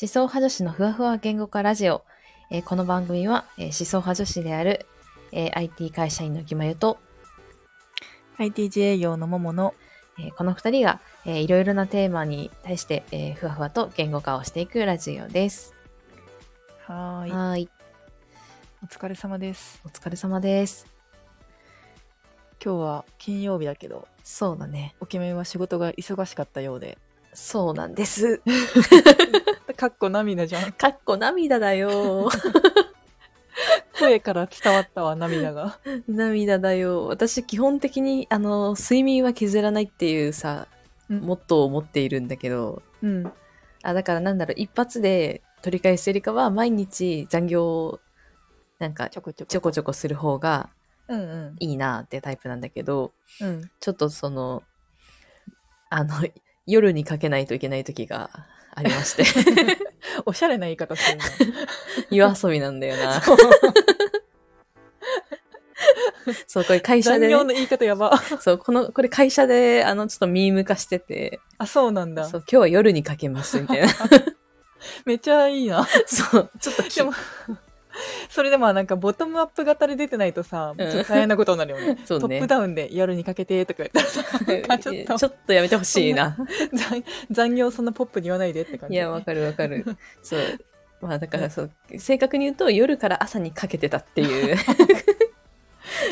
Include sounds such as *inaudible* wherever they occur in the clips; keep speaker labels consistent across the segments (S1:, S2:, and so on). S1: 思想派女子のふわふわ言語化ラジオ。えーこの番組は、えー思想派女子である、えー IT 会社員の木まゆと、
S2: IT 自営業の桃の
S1: えーこの2人が、えーいろいろなテーマに対して、えーふわふわと言語化をしていくラジオです。
S2: はーい
S1: はーい。
S2: お疲れ様です
S1: お疲れ様です。
S2: 今日は金曜日だけど
S1: そうだね。
S2: おきめは仕事が忙しかったようで
S1: そうなん *laughs* です。
S2: かっこ涙じゃん
S1: かっこ涙だよ。
S2: 声から伝わったわ涙が
S1: *laughs*
S2: *laughs*
S1: 涙だよ。私、基本的に、あの、睡眠は削らないっていうさ、
S2: うん
S1: モットーを持っているんだけど、
S2: うん
S1: あ、だからなんだろう、一発で取り返すよりかは、毎日残業を、なんか
S2: ち、ょこちょこ
S1: ちょこちょこする方が
S2: うんうん
S1: いいなってタイプなんだけど、
S2: うん
S1: ちょっとその、あの、夜にかけないといけない時がありまして、
S2: *laughs* おしゃれな言い方する *laughs* な
S1: 夜遊びなんだよな。そう、これ会社
S2: 残
S1: で、ね
S2: 業。の言い方やば
S1: そう、この、これ会社で、あの、ちょっとミーム化してて、
S2: あそうなんだ
S1: そう、今日は夜にかけます、み
S2: *laughs*
S1: たいな。
S2: めっちゃいいな
S1: そう、ちょっとき
S2: でもそれでもなんかボトムアップ型で出てないとさ、ちょっと大変なことになるよ *laughs* ね
S1: そうね
S2: トップダウンで夜にかけてとか言ったらさなんかちょっ
S1: *laughs*
S2: と
S1: ちょっとやめてほしいな。
S2: 残残業そんなポップに言わないでって感
S1: い
S2: じだ
S1: や、
S2: よね、
S1: わかるわか *laughs* る。そう。まあ、だから、そう、正確に言うと、夜から朝にかけてたっていう。
S2: ち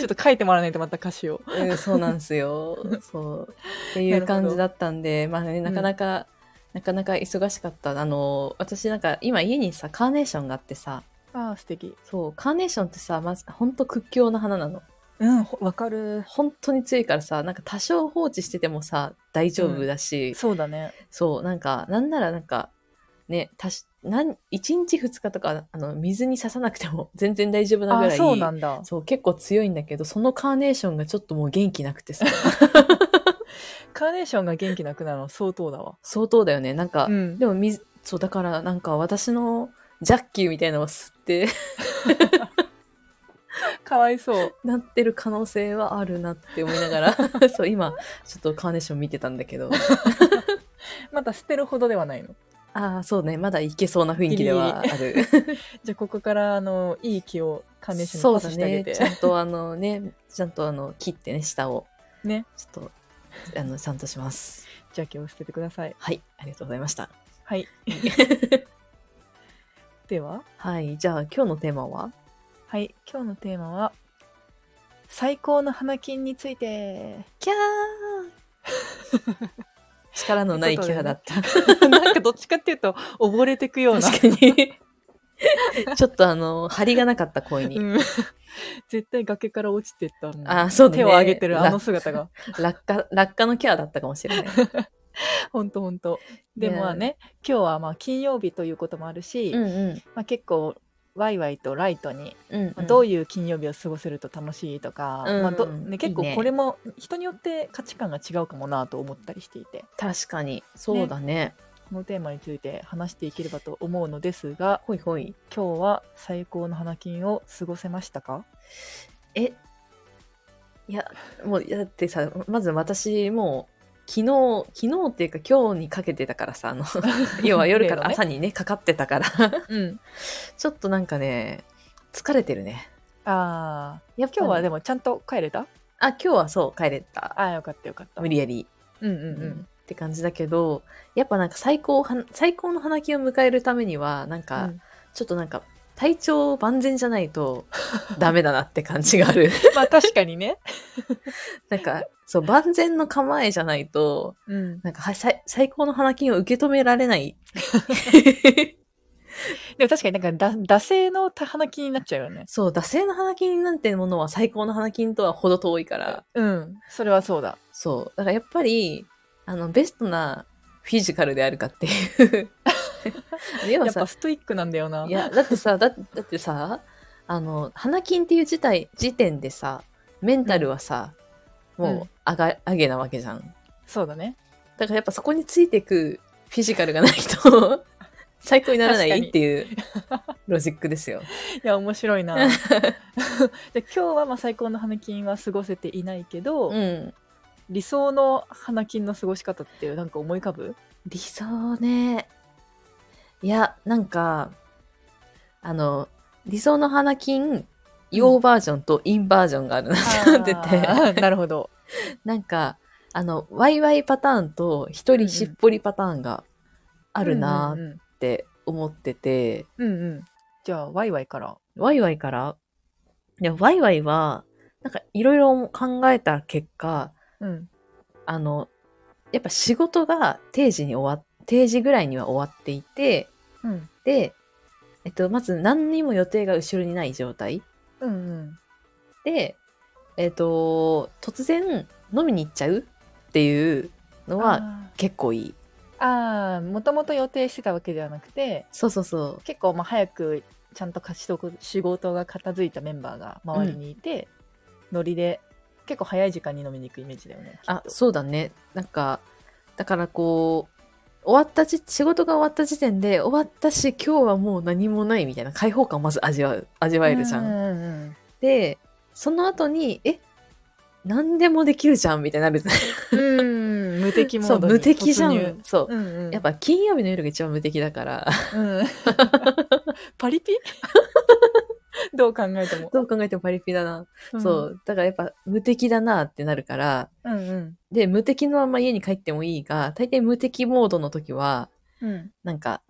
S2: ょっと書いてもらわないとまた歌詞を。
S1: *laughs* うん、そうなんですよ。 *laughs* そう。ってい
S2: な
S1: う
S2: るほど
S1: 感じだったんで、まあね、なかなか、なかなか忙しかった。あの、私なんか、今家にさ、カーネーションがあってさ、
S2: ああ、素敵。
S1: そう、カーネーションってさ、まず、ほんと屈強な花なの。
S2: うん、ほわかる。
S1: 本当に強いからさなんか多少放置しててもさ大丈夫だし、
S2: そうだね。
S1: そうなんかなんならなんかねたしなん1日2日とかあの水に刺さなくても *laughs* 全然大丈夫な
S2: あ
S1: ぐ
S2: あ、
S1: らい
S2: そうなんだ。
S1: そう結構強いんだけどそのカーネーションがちょっともう元気なく
S2: *laughs*
S1: てさ
S2: カーネーションが元気なくなるの相当だわ。
S1: 相当だよねなんか、
S2: うん
S1: でも水そうだからなんか私のジャッキーみたいなのを吸って *laughs*
S2: かわいそう。
S1: なってる可能性はあるなって思いなが
S2: *laughs*
S1: らそう今ちょっとカーネーション見てたんだけど
S2: また捨てるほどではないの。
S1: ああそうねまだいけそうな雰囲気ではある。
S2: じゃあ、ここから、あの、いい気をカーネーションにパスしてあげ
S1: そ
S2: て。
S1: うだね。ちゃんとあのね、ちゃんとあの切ってね、下を。
S2: ね。
S1: ちょっと、あの、ちゃんとします。
S2: じゃあ、気を捨ててください。
S1: はい、ありがとうございました。
S2: はい。 *laughs* では、
S1: はい、じゃあ今日のテーマは
S2: はい、今日のテーマは、最高の花金について。
S1: キャー *laughs* 力のないキャーだった。
S2: *laughs* なんかどっちかっていうと、溺れてくような。
S1: 確かに。 *laughs* ちょっとあの、張りがなかった声に。
S2: うん *laughs* 絶対崖から落ちてったもん
S1: あーそうだね
S2: 手を上げてるあの
S1: *laughs*
S2: 姿が
S1: 落下、落下のキャーだったかもしれない。
S2: ほんとほんとで
S1: ね
S2: もまあね今日はまあ金曜日ということもあるし、
S1: *laughs* うんうん。
S2: まあ、結構ワイワイとライトに、
S1: うん、
S2: まあどう
S1: い
S2: いう金曜日を過ごせると楽しいとか、
S1: うん
S2: まあど
S1: うん
S2: ね、結
S1: いい
S2: 構
S1: ね
S2: これも人によって価値観が違うかもなと思ったりしていて
S1: 確かに。そうだね。
S2: このテーマについて話していければと思うのですが
S1: ほいほい。
S2: 今日は最高の花金を過ごせましたか
S1: えいやもうだってさまず私もう昨日昨日っていうか今日にかけてたからさあ
S2: *laughs*
S1: の要は夜から朝にねかかってたから *laughs*
S2: うん
S1: ちょっとなんかね疲れてるね
S2: あー
S1: やっぱり
S2: 今日はでもちゃんと帰れた
S1: あ今日はそう帰れた
S2: あーよかったよかった
S1: 無理やり、
S2: うんうん
S1: う
S2: うんん
S1: って感じだけどやっぱなんか最高は最高の花金を迎えるためにはなんか、
S2: うん
S1: ちょっとなんか体調万全じゃないとダメだなって感じがあ
S2: *laughs*
S1: る
S2: *laughs* まあ確かにね。
S1: なんかそう万全の構えじゃないと
S2: うん。
S1: なんかは最最高の花金を受け止められ
S2: *laughs*
S1: ない。
S2: でも確かになんかだ、惰性の鼻気になっちゃうよね。
S1: そう、惰性の花金なんてものは最高の花金とは程遠いから。
S2: うん。それはそうだ。
S1: そう。だからやっぱり、あの、ベストなフィジカルであるかって
S2: *laughs*
S1: いう。要
S2: や
S1: は
S2: っ
S1: さ
S2: ぱ、ストイックなんだよな。
S1: いや、だってさ、だだってさ、あの、花金っていう事態、時点でさ、メンタルはさ、
S2: うんう
S1: もうんあが、あげなわけじゃん。
S2: そうだね。
S1: だからやっぱそこについてくフィジカルがない *laughs* と、最高にならな
S2: 確か
S1: い
S2: に
S1: っていうロジックですよ。
S2: いや、面白いな。 *laughs* じゃあ今日はまあ最高の鼻金は過ごせていないけ
S1: *laughs*
S2: ど、
S1: うん。
S2: 理想の鼻金の過ごし方ってなんか思い浮かぶ
S1: 理想ねいや、なんか、あの、理想の花金、陽バージョンと陰バージョンがあるなって思ってて、
S2: あーなるほど。
S1: *laughs* なんか、あの、ワイワイパターンと一人しっぽりパターンがあるな
S2: う
S1: ーっ
S2: ん
S1: て思ってて、
S2: うん、うんうんじゃあ、ワイワイから。
S1: ワイワイから、いや、ワイワイは、なんかいろいろ考えた結果、
S2: うん。
S1: あの、やっぱ仕事が定時に終わっ、定時ぐらいには終わっていて、
S2: うん。
S1: で、えっと、まず何にも予定が後ろにない状態
S2: うんうん。
S1: で、えっと、突然飲みに行っちゃうっていうのは
S2: あ
S1: 結構いい。
S2: ーあー、もともと予定してたわけではなくて、
S1: そうそうそう。
S2: 結構まあ早くちゃんと勝ち取る仕事が片付いたメンバーが周りにいて、ノリで結構早い時間に飲みに行くイメージだよね。
S1: あ、
S2: きっと
S1: そうだね。なんか、だからこう、終わったじ、仕事が終わった時点で、終わったし、今日はもう何もないみたいな解放感をまず味わう、味わえるじゃ。
S2: うんんうんうん
S1: で、その後に、え、何でもできるじゃんみたいになるじゃん。
S2: うん、無敵モー
S1: そ
S2: ド
S1: う、
S2: に
S1: 無敵じゃ
S2: 突入
S1: ん。そう。
S2: うんうん、
S1: やっぱ金曜日の夜が一番無敵だ
S2: *laughs*
S1: から、
S2: うん、パリピ *laughs* どう考えても。
S1: どう考えてもパリピだな。そ。う。だからやっぱ無敵だなってなるから、
S2: うんうん。
S1: で、無敵のまま家に帰ってもいいが、大体無敵モードの時は、
S2: うん、
S1: なんか、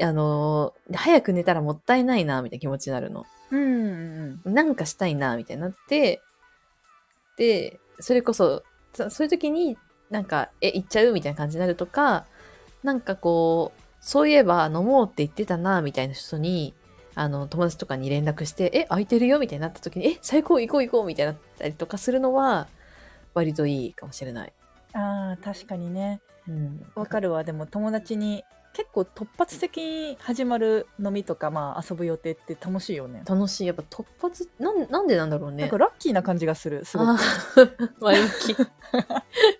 S1: あのー早く寝たらもったいないな、みたいな気持ちになるの。
S2: うんうん
S1: なんかしたいな、みたいになって、で、それこそ、そそういう時に、なんか、え、行っちゃうみたいな感じになるとか、なんかこう、そういえば飲もうって言ってたな、みたいな人に、あの、友達とかに連絡して、え、空いてるよみたいになった時に、え、最高行こう行こうみたいになったりとかするのは、割といいかもしれない。
S2: うん、ああ確かにね
S1: うん。
S2: わかるわでも友達に結構突発的に始まる飲みとか、まあ、遊ぶ予定って楽しいよね
S1: 楽しい。やっぱ突発、なんなんでなんだろうね。
S2: なんかラッキーな感じがするすごく
S1: あー *laughs* 前向き。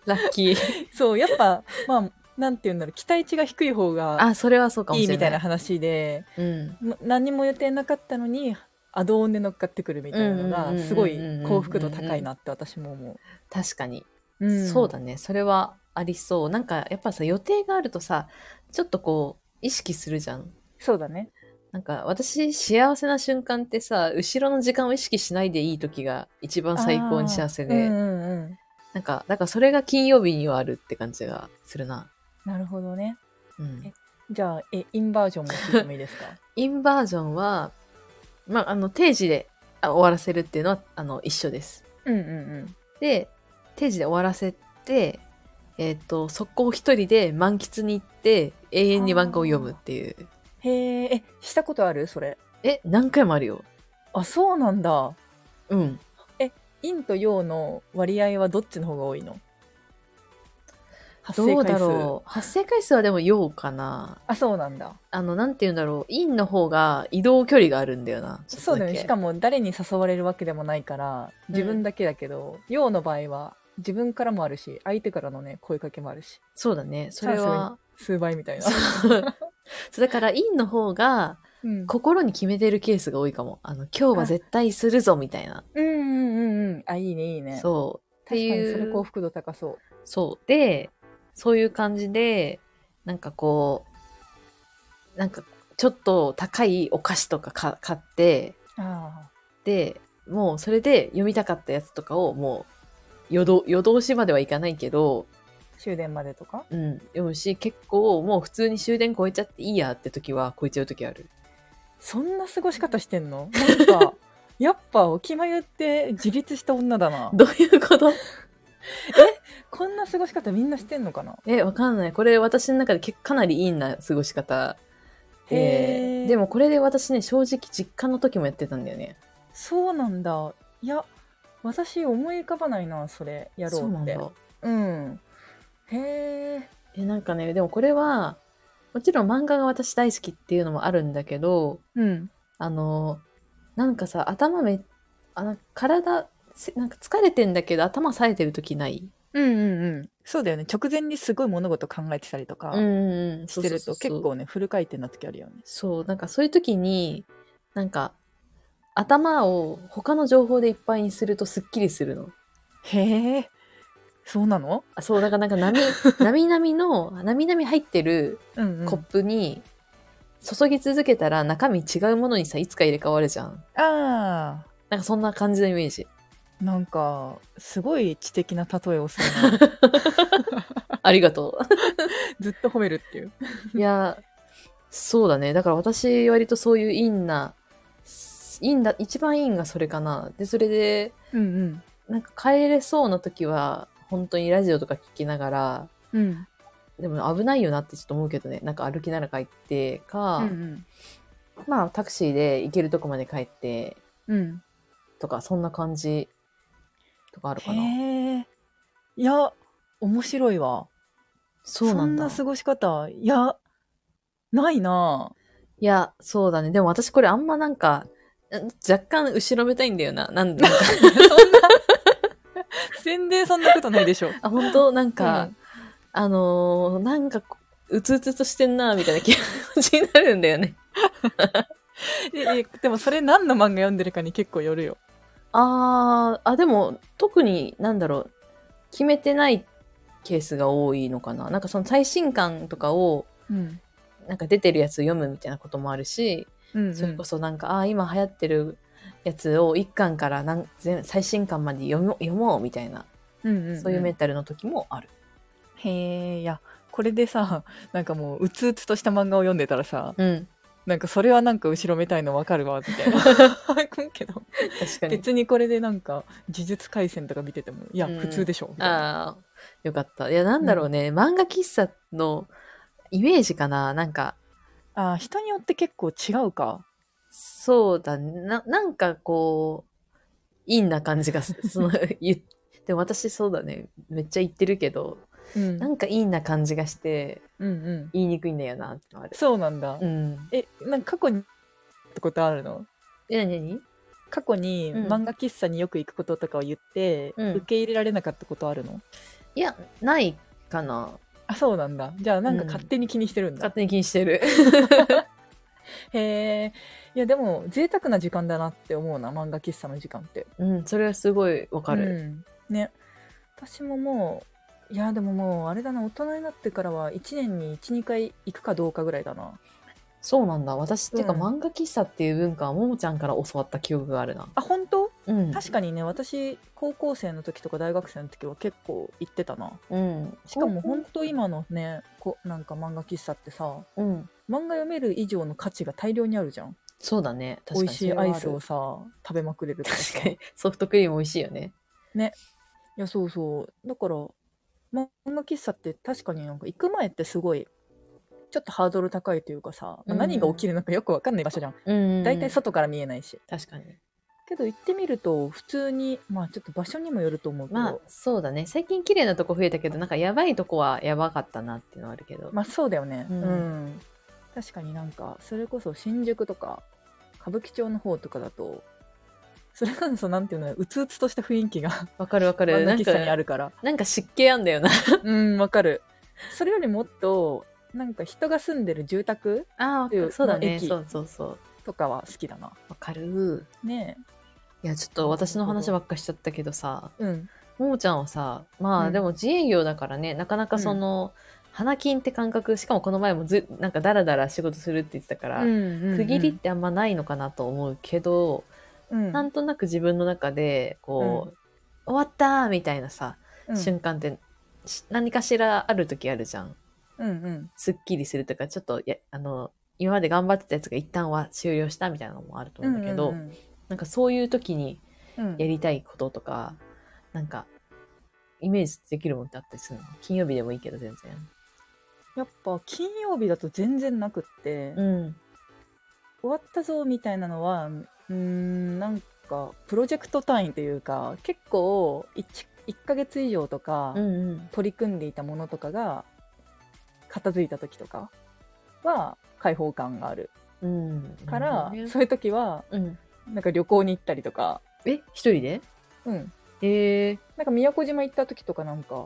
S1: ラッキー。
S2: そうやっぱまあなんて言うんだろう期待値が低い方が
S1: あ、それはそうかも
S2: い
S1: しれ
S2: い
S1: ない。
S2: みたいな話で
S1: うん。
S2: ま何にも予定なかったのにアドオンで乗っかってくるみたいなの
S1: うんうんうんうんうんうん
S2: がすごい幸福度高いなって私も思
S1: 確かに、
S2: う、うん
S1: そうだねそれはありそうなんかやっぱさ予定があるとさちょっとこう意識するじゃん
S2: そうだね
S1: なんか私幸せな瞬間ってさ後ろの時間を意識しないでいい時が一番最高に幸せで、
S2: うんうんうん
S1: なんかだからそれが金曜日にはあるって感じがするな、
S2: なるほどね
S1: うん、
S2: じゃあえインバージョンも聞いてもいい
S1: *laughs*
S2: ですか
S1: インバージョンはまああの定時であ終わらせるっていうのはあの一緒です
S2: うんうんうん
S1: で定時で終わらせてえっ、とそこを一人で満喫に行って永遠に漫画を読むっていう
S2: へーえしたことあるそれ
S1: え何回もあるよ
S2: あそうなんだ
S1: うん
S2: 陰と陽の割合はどっちの方が多いの発
S1: ど
S2: 生
S1: う
S2: 回
S1: だ
S2: 数
S1: ろう発生回数はでも陽かな
S2: あそうなんだ
S1: あのなんて言うんだろう陰の方が移動距離があるんだよなちょっ
S2: そ
S1: と
S2: うだよね
S1: け
S2: しかも誰に誘われるわけでもないから自分だけだけど、陽の場合は自分からもあるし相手からのね声かけもあるし
S1: そうだねそれは
S2: 数倍みたいな
S1: そうそうだから陰の方が
S2: うん
S1: 心に決めてるケースが多いかもあの今日は絶対するぞみたいな、
S2: うんうんうんうんあいいねいいね
S1: そうって
S2: 確か
S1: い
S2: に
S1: う
S2: それ幸福度高そ
S1: そう。で、そういう感じで、なんかこう、なんかちょっと高いお菓子とかか買って、
S2: うあ
S1: で、もうそれで読みたかったやつとかをもう夜ど夜通しまではいかないけど、
S2: ー終電までとか
S1: うん、読むし、結構もう普通に終電超えちゃっていいやって時は超えちゃう時ある。
S2: そんな過ごし方してんのなんかやっぱお決まゆって自立した女だな
S1: どういうこと *laughs*
S2: こんな過ごし方みんなしてんのかな
S1: え、わかんない。これ私の中で結かなりいいな過ごし方。
S2: へ
S1: え
S2: ー
S1: でもこれで私ね、正直実家の時もやってたんだよね。
S2: そうなんだいや私思い浮かばないなそれやろ
S1: そうな
S2: うんって
S1: だ。
S2: うん。へえ。
S1: えなんかねでもこれはもちろん漫画が私大好きっていうのもあるんだけど
S2: うん。
S1: あのなんかさ頭めあの体せなんか疲れてんだけど頭冴えてる時ない
S2: うんうんうん。そうだよね。直前にすごい物事考えてたりとか
S1: んん
S2: してると結構ね、フル回転な時あるよね。
S1: そうなんかそういう時になんか頭を他の情報でいっぱいにするとすっきりするの
S2: へえ。そうなの
S1: あそうだからなんか
S2: *laughs*
S1: なみなみなみのなみなみ入ってる
S2: うん、
S1: コップに注ぎ続けたら中身違うものにさいつか入れ替わるじゃん
S2: あ
S1: なんかそんな感じのイメージ
S2: ーなんかすごい知的な例えをする *laughs* な
S1: ありがと
S2: ずっと褒めるっていう
S1: う *laughs* いやそうだねだから私割とそういうインなインだ一番インがそれかなでそれで
S2: うん
S1: なんか帰れそうな時は本当にラジオとか聞きながら
S2: うんうん
S1: でも危ないよなってちょっと思うけどねなんか歩きながら帰ってか、
S2: うん
S1: まあタクシーで行けるとこまで帰って
S2: うん
S1: とかそんな感じとかあるかな
S2: へえいや面白いわ
S1: そうなんだ
S2: そんな過ごし方いやないない
S1: やそうだねでも私これあんまなんかん若干後ろめたいんだよななんなんか
S2: 全然そんなことないでしょ
S1: あ本当なんか、
S2: うん
S1: あのーなんかこううつうつとしてんなみたいな気持ちになるんだよね
S2: ええでもそれ何の漫画読んでるかに結構よるよ
S1: あーあでも特になんだろう決めてないケースが多いのかななんかその最新刊とかを
S2: うん
S1: なんか出てるやつを読むみたいなこともあるし、
S2: うん
S1: それこそなんか、ああー、今流行ってるやつを1巻から何全最新巻まで読もう読もうみたいな、
S2: うんうんうん
S1: そういうメンタルの時もある。
S2: へえいやこれでさなんかもううつうつとした漫画を読んでたらさ
S1: うん。
S2: なんかそれはなんか後ろめたいのわかるわみたいな思うけど
S1: 確かに。
S2: *laughs* 別にこれでなんか呪術廻戦とか見ててもいや
S1: うん
S2: 普通でしょ、みたいな
S1: ああ、よかった。いや、なんだろうね、漫画喫茶のイメージかななんか、
S2: あー人によって結構違うか
S1: そうだね。ななんかこう、インな感じが
S2: *laughs*
S1: す、その、言っでも私そうだね。めっちゃ言ってるけど、
S2: うん
S1: なんかインな感じがして、
S2: うんうん
S1: 言いにくいんだよな、ってのある。
S2: そうなんだ、
S1: うん。
S2: えなんか過去にってことあるの
S1: え、なに
S2: 過去に
S1: うん
S2: 漫画喫茶によく行くこととかを言って、
S1: うん
S2: 受け入れられなかったことあるの
S1: いや、ないかな。
S2: あそうなんだじゃあなんか勝手に気にしてるんだ、
S1: 勝手に気にして
S2: *laughs*
S1: る。
S2: へえいやでも贅沢な時間だなって思うな漫画喫茶の時間って
S1: うん、それはすごいわかる。
S2: うんね私ももういやでももうあれだな大人になってからは1年に12回行くかどうかぐらいだな
S1: そうなんだ。私、っていうか
S2: うん
S1: 漫画喫茶っていう文化はももちゃんから教わった記憶があるな。
S2: あ本当
S1: うん。
S2: 確かにね私高校生の時とか大学生の時は結構行ってたな
S1: うん。
S2: しかも本当今のねこなんか漫画喫茶ってさ
S1: うん。
S2: 漫画読める以上の価値が大量にあるじゃん
S1: そうだね。確か
S2: 美
S1: に。
S2: 味しいアイスをさ食べまくれるとかさ
S1: 確かに。ソフトクリーム美味しいよね。
S2: いやそうそうだから漫画喫茶って確かになんか行く前ってすごいちょっとハードル高いというかさ、まあ
S1: うん
S2: 何が起きるのかよくわかんない場所じゃん、
S1: うん
S2: 大体外から見えないし
S1: 確かに。
S2: けど行ってみると普通にまあちょっと場所にもよると思うけど、
S1: ま
S2: ま
S1: あ、そうだね。最近綺麗なとこ増えたけど、なんかやばいとこはやばかったなっていうのはあるけど。
S2: あそうだよね
S1: う
S2: うんん、確かになんかそれこそ新宿とか歌舞伎町の方とかだとそれこそなんていうのうつうつとした雰囲気が *laughs*
S1: わかるわか
S2: 漫
S1: る。
S2: 画
S1: なん
S2: 喫
S1: か
S2: 茶にあるから
S1: なんか湿気あんだよな。
S2: うんわかるそれよりもっとなんか人が住んでる住宅
S1: あ
S2: かる
S1: あ、そうだ
S2: まあ
S1: ね。
S2: 駅
S1: そうそうそう。
S2: とかは好きだな。
S1: わかる。
S2: ね
S1: いや、ちょっと私の話ばっかしちゃったけどさ、
S2: え。うん。
S1: ももちゃんはさ、まあ、
S2: うん
S1: でも自営業だからね、なかなかその、花金って感覚、しかもこの前もず、なんかダラダラ仕事するって言ってたから、区
S2: 区
S1: 切りっ、てあんまないのかなと思うけど、
S2: うん
S1: なんとなく自分の中でこう、終わったーみたいなさ、
S2: うん
S1: 瞬間ってし何かしらある時あるじゃん
S2: うんうん。
S1: すっきりするとかちょっとやあの今まで頑張ってたやつが一旦は終了したみたいなのもあると思うんだけど、
S2: うん
S1: なんかそういう時に
S2: うんうん
S1: やりたいこととかなんかイメージできるものってあったりするの金曜日でもいいけど全
S2: やっぱ金曜日だと全然なくって、終
S1: 然
S2: わったぞみたいなのは、うーん、なんかプロジェクト単位というか、結構 1, 一ヶ月以上とか、
S1: うんうんうん
S2: 取り組んでいたものとかが片付いた時とかは開放感がある
S1: うん
S2: から、
S1: なるほ
S2: そういう時は
S1: どねうん、
S2: なんか旅行に行ったりとか、
S1: え一人で
S2: うん、
S1: えー、
S2: なんか宮古島行った時とかなんか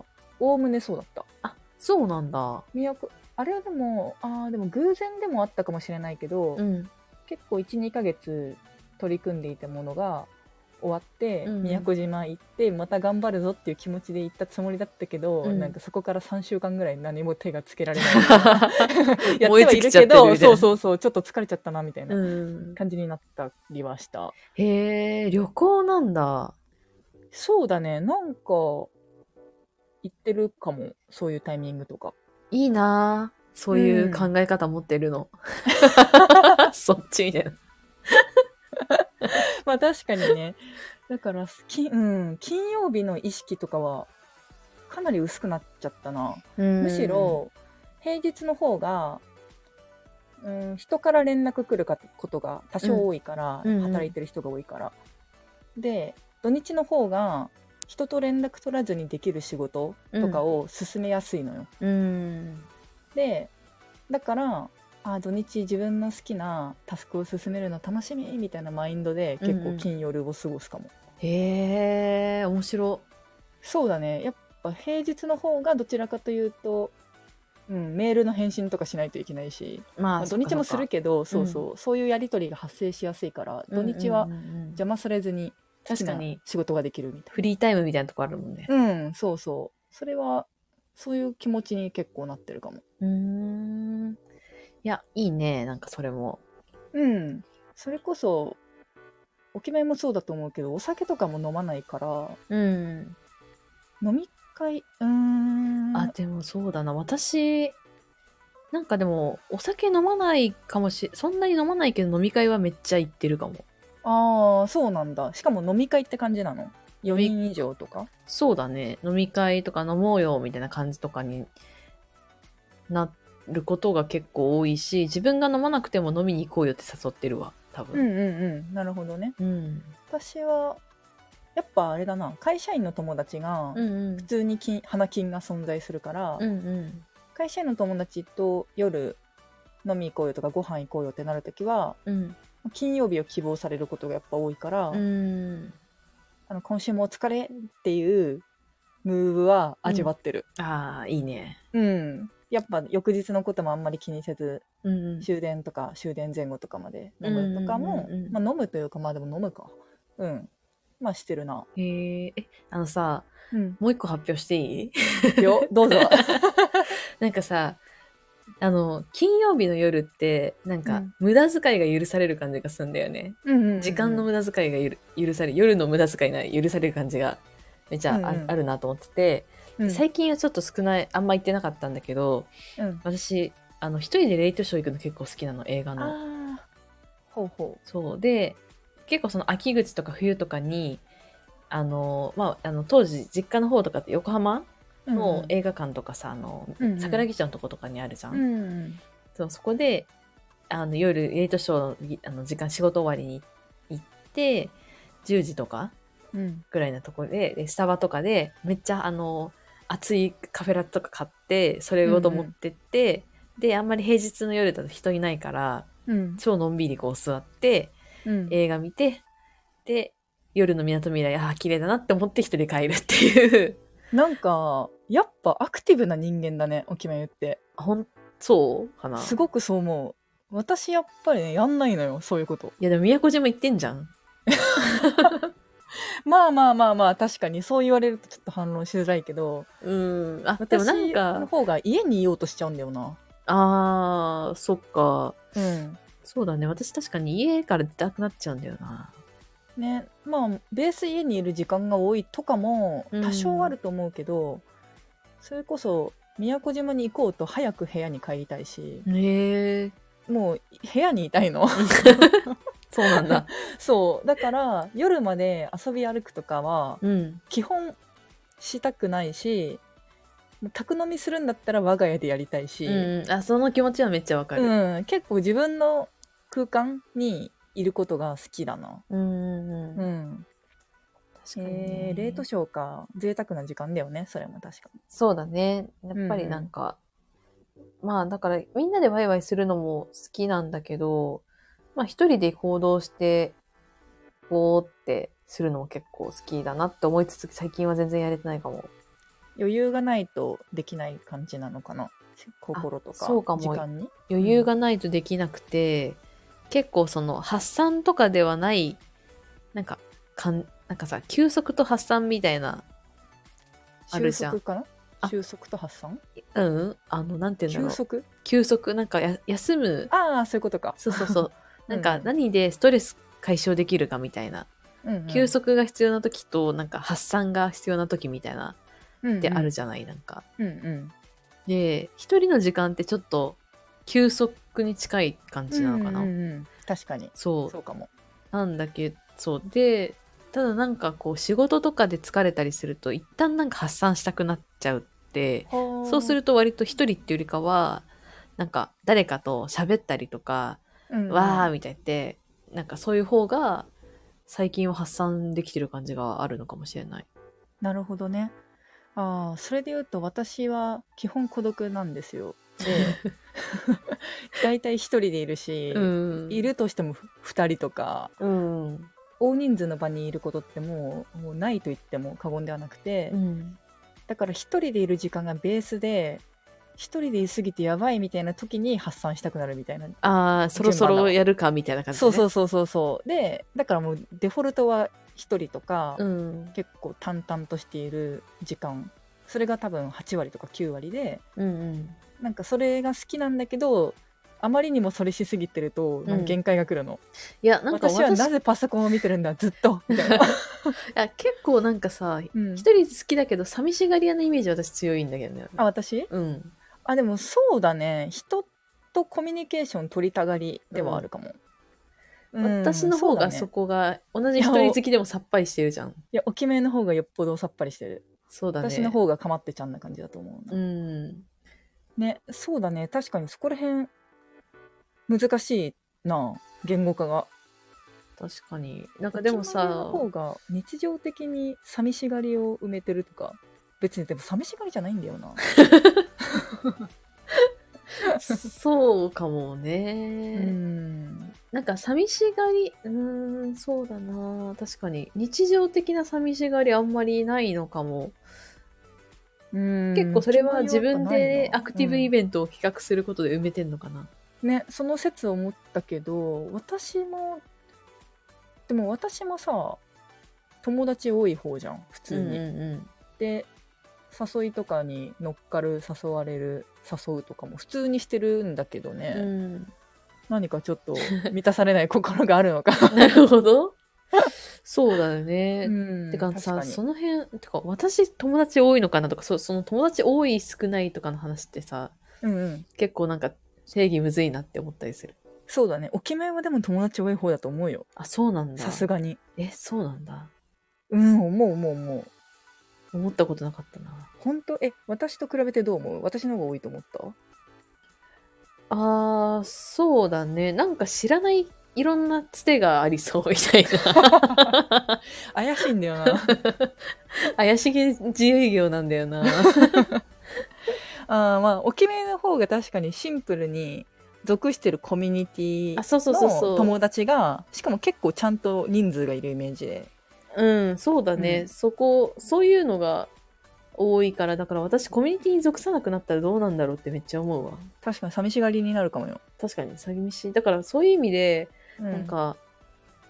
S2: おおむねそうだった
S1: あそうなんだ
S2: 宮古あれはでもあーでも偶然でも
S1: *laughs*
S2: あったかもしれないけど、
S1: うん
S2: 結構12ヶ月取り組んでいたものが終わって、
S1: うん
S2: 宮古島行ってまた頑張るぞっていう気持ちで行ったつもりだったけど、
S1: うん
S2: なんかそこから3週間ぐらい何も手がつ
S1: *laughs*
S2: けられないやって
S1: 燃え
S2: はい
S1: 尽き
S2: る
S1: ちゃっ
S2: け
S1: てるみたい
S2: ど
S1: な
S2: そうそうそうちょっと疲れちゃったなみたいな
S1: うん、
S2: 感じになったりはした、
S1: へえ旅行なんだ
S2: そうだねなんか行ってるかもそういうタイミングとか
S1: いいなあそういう
S2: う
S1: 考え方持ってる
S2: *laughs*
S1: の、 *laughs* そっちみたいな
S2: *laughs* まあ確かにねだからき、うん、金曜日の意識とかはかなり薄くなっちゃったなむ
S1: む
S2: しろ平日の方が、うん、人から連絡来るかことが多少多いから、
S1: うんうんうん
S2: 働いてる人が多いから。で土日の方が人と連絡取らずにできる仕事とかを進めやすいのよ。
S1: うん
S2: でだからあ土日自分の好きなタスクを進めるの楽しみみたいなマインドで結
S1: うんう
S2: 構
S1: ん
S2: 金夜を過ごすかも。
S1: へえ面白
S2: そうだねやっぱ平日の方がどちらかというと、うん、メールの返信とかしないといけないし。
S1: ま
S2: まあ、
S1: あ
S2: 土日もする
S1: け
S2: けどそうそう、そういうやり取りが発生しやすいから土日は邪魔されずに好き
S1: 確か
S2: な
S1: に
S2: 仕事ができるみたい
S1: フリータイムみたいなとこあるもんね
S2: なうんそうそうそれはそういう気持ちに結構なってるかも
S1: うーんいやいいねなんかそれも
S2: うんそれこそお決めもそうだと思うけどお酒とかも飲まないから
S1: うん
S2: 飲み会うーん
S1: あでもそうだな私なんかでもお酒飲まないかもしそんなに飲まないけど飲み会はめっちゃ行ってるかも
S2: あーそうなんだしかも飲み会って感じなの4人以上とか
S1: そうだね飲み会とか飲もうよみたいな感じとかになることが結構多いし自分が飲まなくても飲みに行こうよって誘ってるわ多
S2: うん
S1: 分
S2: うんうんなるほどね
S1: うん
S2: 私はやっぱあれだな会社員の友達が、
S1: うんうん
S2: 普通に金花金が存在するから、
S1: うんうん
S2: 会社員の友達と夜飲み行こうよとかご飯行こうよってなるときは
S1: うん
S2: 金曜日を希望されることがやっぱ多いから、
S1: うん
S2: あの今週もお疲れっていうムーブは味わってる、
S1: ああいいね
S2: うんやっぱ翌日のこともあんまり気にせず
S1: うん
S2: 終電とか終電前後とかまで飲むとかも、
S1: うんうんうんうん
S2: まあ、飲むというかまあでも飲むかうんまあしてるな、
S1: へーえあのさ *laughs*
S2: うん、
S1: もう一個発表していい *laughs*
S2: よどうぞ
S1: なんかさあの金曜日の夜ってなん
S2: う
S1: か
S2: ん
S1: 無駄遣いが許される感じがするんだよね、時間の無駄遣いがゆる許され夜の無駄遣いが許される感じがめちゃあ,、
S2: うんうん
S1: あるなと思ってて、
S2: うん
S1: 最近はちょっと少ないあんま行ってなかったんだけど
S2: うん
S1: 私あの一人でレイトショー行くの結構好きなの映画の。
S2: ああほうほ
S1: そうで結構その秋口とか冬とかにあの、まあ、あの当時実家の方とかって横浜
S2: う
S1: の映画館とかさ、あの
S2: うんうん
S1: 桜木町のとことかにあるじゃん、
S2: うん
S1: そうそこであの夜レイトショーのあの時間仕事終わりに行って10時とか
S2: うん
S1: ぐらいなところででスタバとかでめっちゃあの熱いカフェラテとか買ってそれごと持ってって、であんまり平日の夜だと人いないから
S2: うん
S1: 超のんびりこう座って
S2: うん
S1: 映画見てで夜のみなとみらいああ綺麗だなって思って一人で帰るっていう *laughs*
S2: なんかやっぱアクティブな人間だねおきめゆって
S1: ほんそうかな
S2: すごくそう思う私やっぱりねやんないのよそういうこと
S1: いやでも宮古島行ってんじゃん
S2: まあまあまあまあ確かにそう言われるとちょっと反論しづらいけど
S1: うんあでも
S2: 私
S1: なん
S2: の
S1: か
S2: 方が家にいようとしちゃうんだよな
S1: あーそっか
S2: うん
S1: そうだね私確かに家から出たくなっちゃうんだよな
S2: ねまあベース家にいる時間が多いとかも
S1: うん
S2: 多少あると思うけど、それこそ宮古島に行こうと早く部屋に帰りたいし
S1: へえ
S2: もう部屋にいた
S1: *laughs*
S2: いの
S1: そうなん *laughs* だ
S2: そうだから夜まで遊び歩くとかは
S1: うん
S2: 基本したくないしもう宅飲みするんだったら我が家でやりたいし、
S1: うん、あその気持ちはめっちゃわかる。
S2: うん結構自分の空間にいることが好きだな。
S1: うん
S2: う
S1: 確
S2: ん、
S1: かに、
S2: えー、レートショーか贅沢な時間だよねそれも確か
S1: そうだね。やっぱりなんか、まあだからみんなでワイワイするのも好きなんだけど、まあ一人で行動して、ぼーってするのも結構好きだなって思いつつ、最近は全然やれてないかも。
S2: 余裕がないとできない感じなのかな心とか
S1: あそうかも
S2: 時間に
S1: 余裕がないとできなくて、結構その発散とかではない、なんか、かんなんかさ休息と発散みたいなある
S2: 収
S1: じゃん
S2: 束かな
S1: あ
S2: 収束と発散
S1: うんうんあのなんて言うんだ
S2: 収
S1: ろう
S2: 束
S1: 休息なんかや休む
S2: ああそういうことか
S1: そうそうそう
S2: *laughs* うん
S1: なんか何でストレス解消できるかみたいな、
S2: うんうん
S1: 休息が必要な時となんか発散が必要な時みたいなってあるじゃない、なんか
S2: うんうん
S1: で一人の時間ってちょっと休息に近い感じなのかな、
S2: うんうんうん確かに
S1: そう
S2: そうかも
S1: なんだけどそうでただなんかこう仕事とかで疲れたりすると一旦なんか発散したくなっちゃうってそ
S2: そう
S1: すると割と一人っていうよりかはなんか誰かと喋ったりとか、わーみたいに言ってなんかそういう方が最近は発散できてる感じがあるのかもしれない。
S2: なるほどねああそれで言うと私は基本孤独なんですよ
S1: *laughs*
S2: で大体一人でいるし、
S1: うん
S2: いるとしてもふ二人とか
S1: うん
S2: 大人数の場にいることってもうもうないと言っても過言ではなくて、
S1: うん
S2: だから一人でいる時間がベースで一人でいすぎてやばいみたいな時に発散したくなるみたいな、
S1: ああそろそろやるかみたいな感じ、ね、
S2: そうそうそうそうそうでだからもうデフォルトは一人とか、
S1: うん
S2: 結構淡々としている時間それが多分8割とか9割で
S1: うんうん
S2: なんかそれが好きなんだけどあまりにもそれしすぎてるとなんか限界が来るの、
S1: いやなんか
S2: 私はなぜパソコンを見てるんだずっとみたいな、
S1: いや結構なんかさ
S2: うん
S1: 一人好きだけど寂しがり屋のイメージ私強いんだけどね。
S2: あ私
S1: うん。
S2: あでもそうだね人とコミュニケーション取りたがりではあるかも、うん
S1: 私の方が
S2: うだ
S1: そ
S2: ね、
S1: こが、同じ一人好きでもさっぱりしてるじゃん。
S2: いやおきめの方がよっぽどさっぱりしてる、
S1: そうだね。
S2: 私の。方がかまってちゃんな感じだと思うな、
S1: うん。
S2: ねそうだね確かにそこら辺難しいな言語化が
S1: 確かに。なんかでもさ
S2: お、決まりの方が日常的に寂しがりを埋めてるとか別にでも寂しがりじゃないんだよな、
S1: そうかも
S2: う
S1: ね。
S2: ん
S1: なんか寂しがり、うーん、そうだな。確かに。日常的な寂しがりあんまりないのかも。
S2: うん
S1: 結構それは自分でアクティブイ
S2: ン
S1: ベントを企画することで埋めてんのかな。
S2: ト、うんねその説を持ったけど私もでも私もさ友達多い方じゃん普
S1: う
S2: 通
S1: ん
S2: に、
S1: うんうん。
S2: で誘いとかに乗っかる誘われる誘うとかも普通にしてるんだけどね、
S1: うん
S2: 何かちょっと *laughs* 満たされない心があるのか
S1: なるほど。 *laughs* そうだよね。てか
S2: 確
S1: さ
S2: に
S1: その辺てか私友達多いのかなとかそその友達多い少ないとかの話ってさ
S2: うんうん
S1: 結構なんか正義むずいなって思ったりする
S2: そうだね。お決めはでも友達多い方だと思うよ。
S1: あそうなんだ
S2: さすがに。
S1: えそうなんだ
S2: うん、思う思う思う。
S1: 思ったことなかったな
S2: 本当え、私と比べてどう思う私の方が多いと
S1: *laughs*
S2: 思った
S1: あーそうだねなんか知らないいろんなつてがありそうみたい
S2: *laughs*
S1: な
S2: 怪しいんだよな。
S1: 怪しげ自営業なんだよ
S2: *laughs*
S1: な
S2: あーまあ、お決めの方が確かにシンプルに属してるコミュニティ
S1: あそうそうそうそう
S2: の友達が、しかも結構ちゃんと人数がいるイメージで。
S1: うんそうだね、
S2: うん
S1: そこそういうのが多いからだから私コミュニティに属さなくなったらどうなんだろうってめっちゃ思うわ
S2: 確かに寂しがりになるかもよ。
S1: 確かに詐欺飯だからそういう意味で、
S2: うん
S1: なんか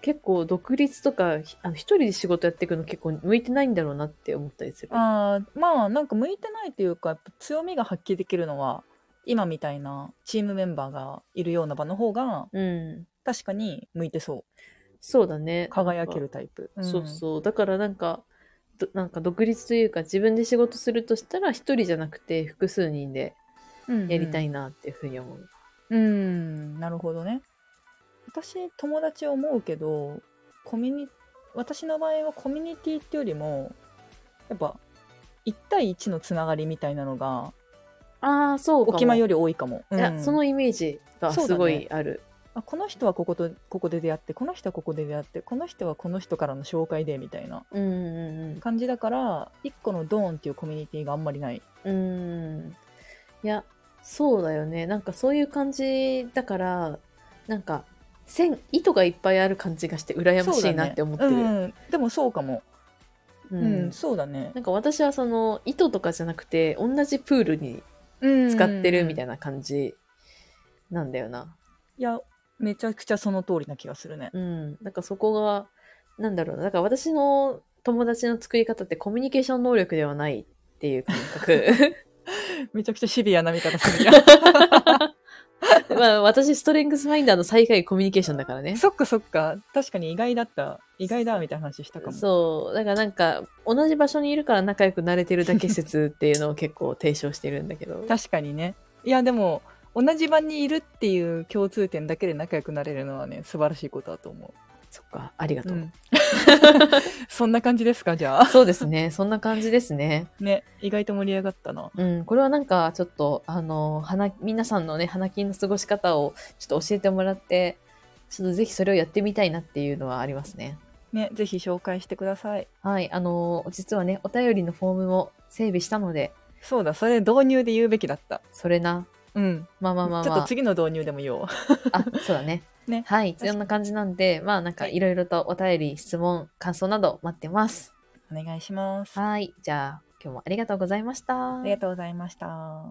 S1: 結構独立とかひあの一人で仕事やっていくの結構向いてないんだろうなって思ったりする
S2: あーまあなんか向いてないというかやっぱ強みが発揮できるのは今みたいなチームメンバーがいるような場の方が
S1: うん
S2: 確かに向いてそ
S1: そうだね
S2: う輝けるタイプ、
S1: なんかそうそうだからなんかどなんか独立というか自分で仕事するとしたら一人じゃなくて複数人で
S2: うん
S1: やりたいなっていうふうに思う、
S2: うん、うんなるほどね私友達思うけどコミュニ私の場合はコミュニティってよりもやっぱ1対1のつながりみたいなのが
S1: ああそうかも
S2: 沖縄より多いかも、
S1: いや
S2: うん
S1: そのイメージがすごいある、
S2: あこの人はこことここで出会ってこの人はここで出会ってこの人はこの人からの紹介でみたいな
S1: うんうん
S2: 感じだから一個のドーンっていうコミュニティがあんまりない
S1: うんうんいやそうだよねなんかそういう感じだからなんか線糸がいっぱいある感じがして羨ましいなって思ってる
S2: そうだねうんでもそうかも
S1: う
S2: うん
S1: ん、
S2: そうだね
S1: なんか私はその糸とかじゃなくて同じプールに使ってるみた
S2: いない
S1: な感じなんだよな、
S2: いやめちゃくちゃその通りな気がするね
S1: うんなんかそこがなんだろうな。だから私の友達の作り方ってコミュニケーション能力ではないっていう感
S2: *laughs*
S1: 覚。
S2: めちゃくちゃシビアな見方するや
S1: *laughs* まあ私、ストレングスファインダーの最下位コミュニケーションだからね
S2: ん。。そっかそっか。確かに意外だった。意外だみたいな話したかも。
S1: そう。だからなんか、同じ場所にいるから仲良くなれてるだけ説っていうのを結構提唱してるんだけど。
S2: *laughs* 確かにね。いや、でも、同じ場にいるっていう共通点だけで仲良くなれるのはね、素晴らしいことだと思
S1: そっか。ありが
S2: う。
S1: とう。
S2: *laughs* そんな感じですか、じゃあ。
S1: そうですね。そんな感じですね。
S2: ね、意外と盛り上がったな。
S1: うん。これはなんか、ちょっと、あの、花、皆さんのね、花金の過ごし方をちょっと教えてもらって、ちょっとぜひそれをやってみたいなっていうのはありますね。
S2: ね、ぜひ紹介してください。
S1: はい、あのー実はね、お便りのフォームも整備したので、
S2: そうだ、それ導入で言うべきだった。
S1: それな。
S2: うん。
S1: まあまあまあ
S2: ちょっ
S1: ま
S2: と次の導入でも言おう。
S1: あ。あ、そうだね。
S2: *laughs* ね
S1: はい、
S2: 確かに
S1: そんな感じなんで、まあなんか
S2: はい
S1: いろいろとお便り、質問、感想など待ってます。
S2: お願いします。あ
S1: はい、じゃあ今日もありがとうございました。
S2: りがとうございました。